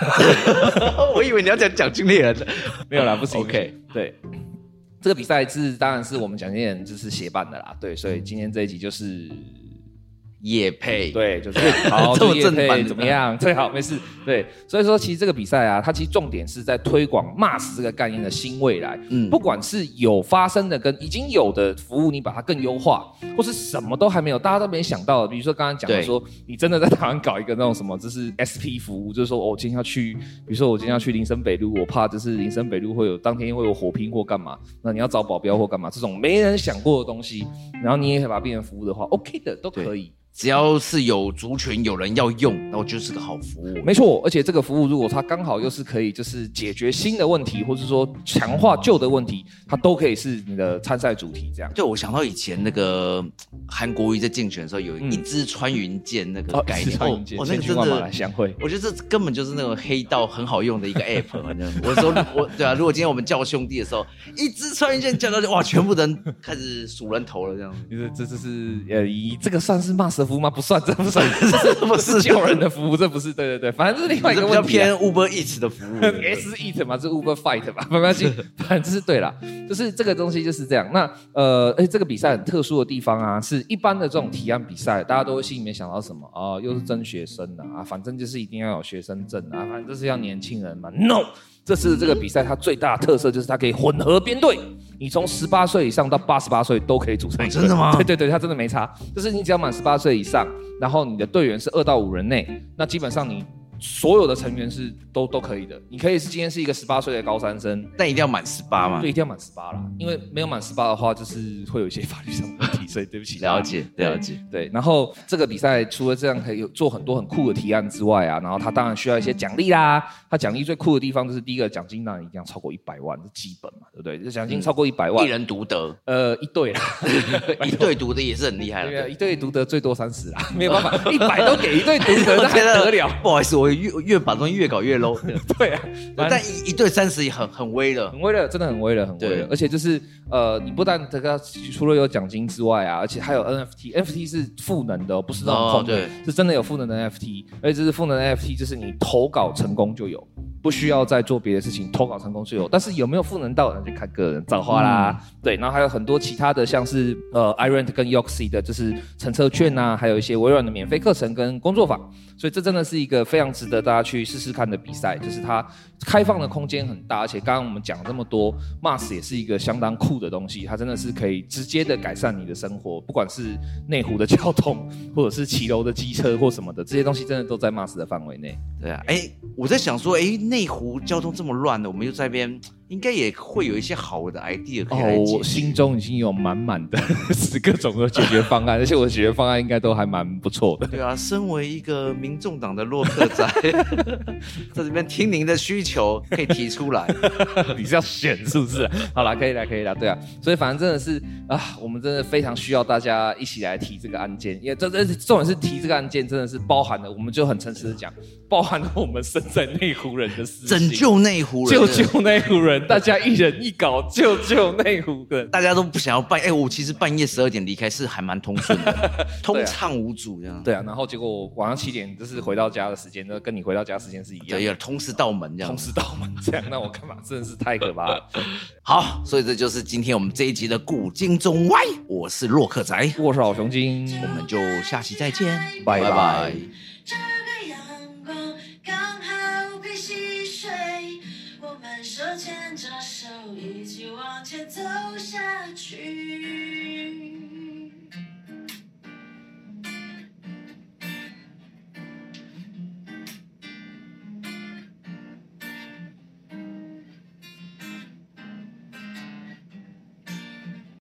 A: 我以为你要讲讲经理人的。
B: 没有啦，不行。
A: OK
B: 不行对，这个比赛是当然是我们蒋经理人就是协办的啦，对，所以今天这一集就是
A: 也配
B: 对，就是 好，
A: 这么
B: 就业配
A: 正版
B: 怎么样？最好没事。对，所以说其实这个比赛啊，它其实重点是在推广 MAS 这个概念的新未来。
A: 嗯
B: 不管是有发生的跟已经有的服务，你把它更优化，或是什么都还没有，大家都没想到的，比如说刚刚讲的
A: 对
B: 说，你真的在台湾搞一个那种什么，就是 SP 服务，就是说、哦我今天要去，比如说我今天要去林森北路，我怕就是林森北路会有当天会有火拼或干嘛，那你要找保镖或干嘛，这种没人想过的东西，然后你也可以把它变成服务的话，OK 的都可以。
A: 只要是有族群有人要用，那我就是个好服务。
B: 没错，而且这个服务如果它刚好又是可以就是解决新的问题，或是说强化旧的问题，它都可以是你的参赛主题这样。
A: 对，我想到以前那个韩国瑜在竞选的时候，有一支穿云箭那个概念，
B: 嗯哦，千
A: 哦那个
B: 军
A: 真
B: 万马来
A: 的，
B: 相会。
A: 我觉得这根本就是那种黑道很好用的一 个 app 反正。我说我对啊，如果今天我们叫兄弟的时候，一支穿云箭叫到哇，全部人开始数人头了这样 子。
B: 就是这这是呃，以这个算是骂蛇服务吗？不算，这不算，这是
A: 不 是
B: 救人的服务，这不是对对对，反正这是另外一
A: 这
B: 个
A: 比较
B: 问题啊、
A: 偏 Uber Eats 的 服务
B: S eat 嘛，这是 Uber fight 嘛，没关系，反正是对啦，就是这个东西就是这样。那呃，哎，这个比赛很特殊的地方啊，是一般的这种提案比赛，大家都会心里面想到什么啊、又是争学生啊，啊，反正就是一定要有学生证啊，反正就是要年轻人嘛。No，这次这个比赛它最大的特色就是它可以混合编队，你从十八岁以上到八十八岁都可以组成一个。
A: 哦真的吗
B: 对对对，它真的没差，就是你只要满十八岁以上，然后你的队员是二到五人内，那基本上你所有的成员是都都可以的。你可以是今天是一个十八岁的高三生，
A: 但一定要满十八嘛
B: 对，。一定要满十八啦，因为没有满十八的话，就是会有一些法律上的问题，所以对不起。
A: 了解了解。
B: 对，然后这个比赛除了这样可以有做很多很酷的提案之外啊，然后它当然需要一些奖励啦。它奖励最酷的地方就是第一个奖金当然一定要超过一百万，这基本嘛，对不对？啊哎这奖金超过一百
A: 嗯
B: 万，
A: 一人独得，
B: 呃一对啦，
A: 一对独得也是很厉害
B: 对啊，
A: 了。
B: 一对独得最多三十啦，没有 办法，一百都给一对独得，那还
A: 天哪
B: 得了？
A: 不好意思，我越越把东西越搞越 low，
B: 对啊， 反正
A: 但一一对三十也很很威了。
B: 很威了，真的很威了，很威了
A: 对。
B: 而且就是呃，你不但这个除了有奖金之外啊，而且还有 NFT，NFT 是赋能的哦，不是那种
A: 哦
B: 空的，
A: 对
B: 是真的有赋能的 NFT。而且这是赋能的 NFT，就是你投稿成功就有，不需要再做别的事情，投稿成功就有。但是有没有赋能到，那就看个人造化啦。对，然后还有很多其他的，像是呃 iRent 跟 Yoxi 的，就是乘车券啊，还有一些微软的免费课程跟工作坊。所以这真的是一个非常值得大家去试试看的比赛，就是它开放的空间很大，而且刚刚我们讲了这么多，Mars 也是一个相当酷的东西，它真的是可以直接的改善你的生活，不管是内湖的交通，或者是骑楼的机车或什么的，这些东西真的都在 Mars 的范围内。
A: 对啊，哎，我在想说，哎，内湖交通这么乱的，我们又在那边，应该也会有一些好的 idea 可以来解
B: 哦我
A: 决。
B: 心中已经有满满的 是各种的解决方 案，而且我的解决方案应该都还蛮不错的。
A: 对啊，身为一个民众党的洛克 仔，在这边听您的需求可以提出 来。
B: 你是要选是不是？ 好啦，可以啦，可以啦，对啊，所以反正真的是啊，我们真的非常需要大家一起来提这个案件，因为这这重点是提这个案件真的是包含了，我们就很诚实的讲，包含了我们身在内湖人的事情，
A: 拯 救内湖人，
B: 救救内湖 人，大家一人一稿救救内湖人。
A: 大家都不想要半，哎、我其实半夜十二点离开是还蛮通顺 的，通畅无阻这样。
B: 对啊，然后结果我晚上七点就是回到家的时间，那跟你回到家时间是一样
A: 对，
B: 的，
A: 有通世道门这样
B: 同。时到门这样，那我干嘛？真的是太可怕了。
A: 好，所以这就是今天我们这一集的古今中哎外，我是洛克仔，
B: 我是老熊精，
A: 我们就下期再见，
B: 拜拜
A: 拜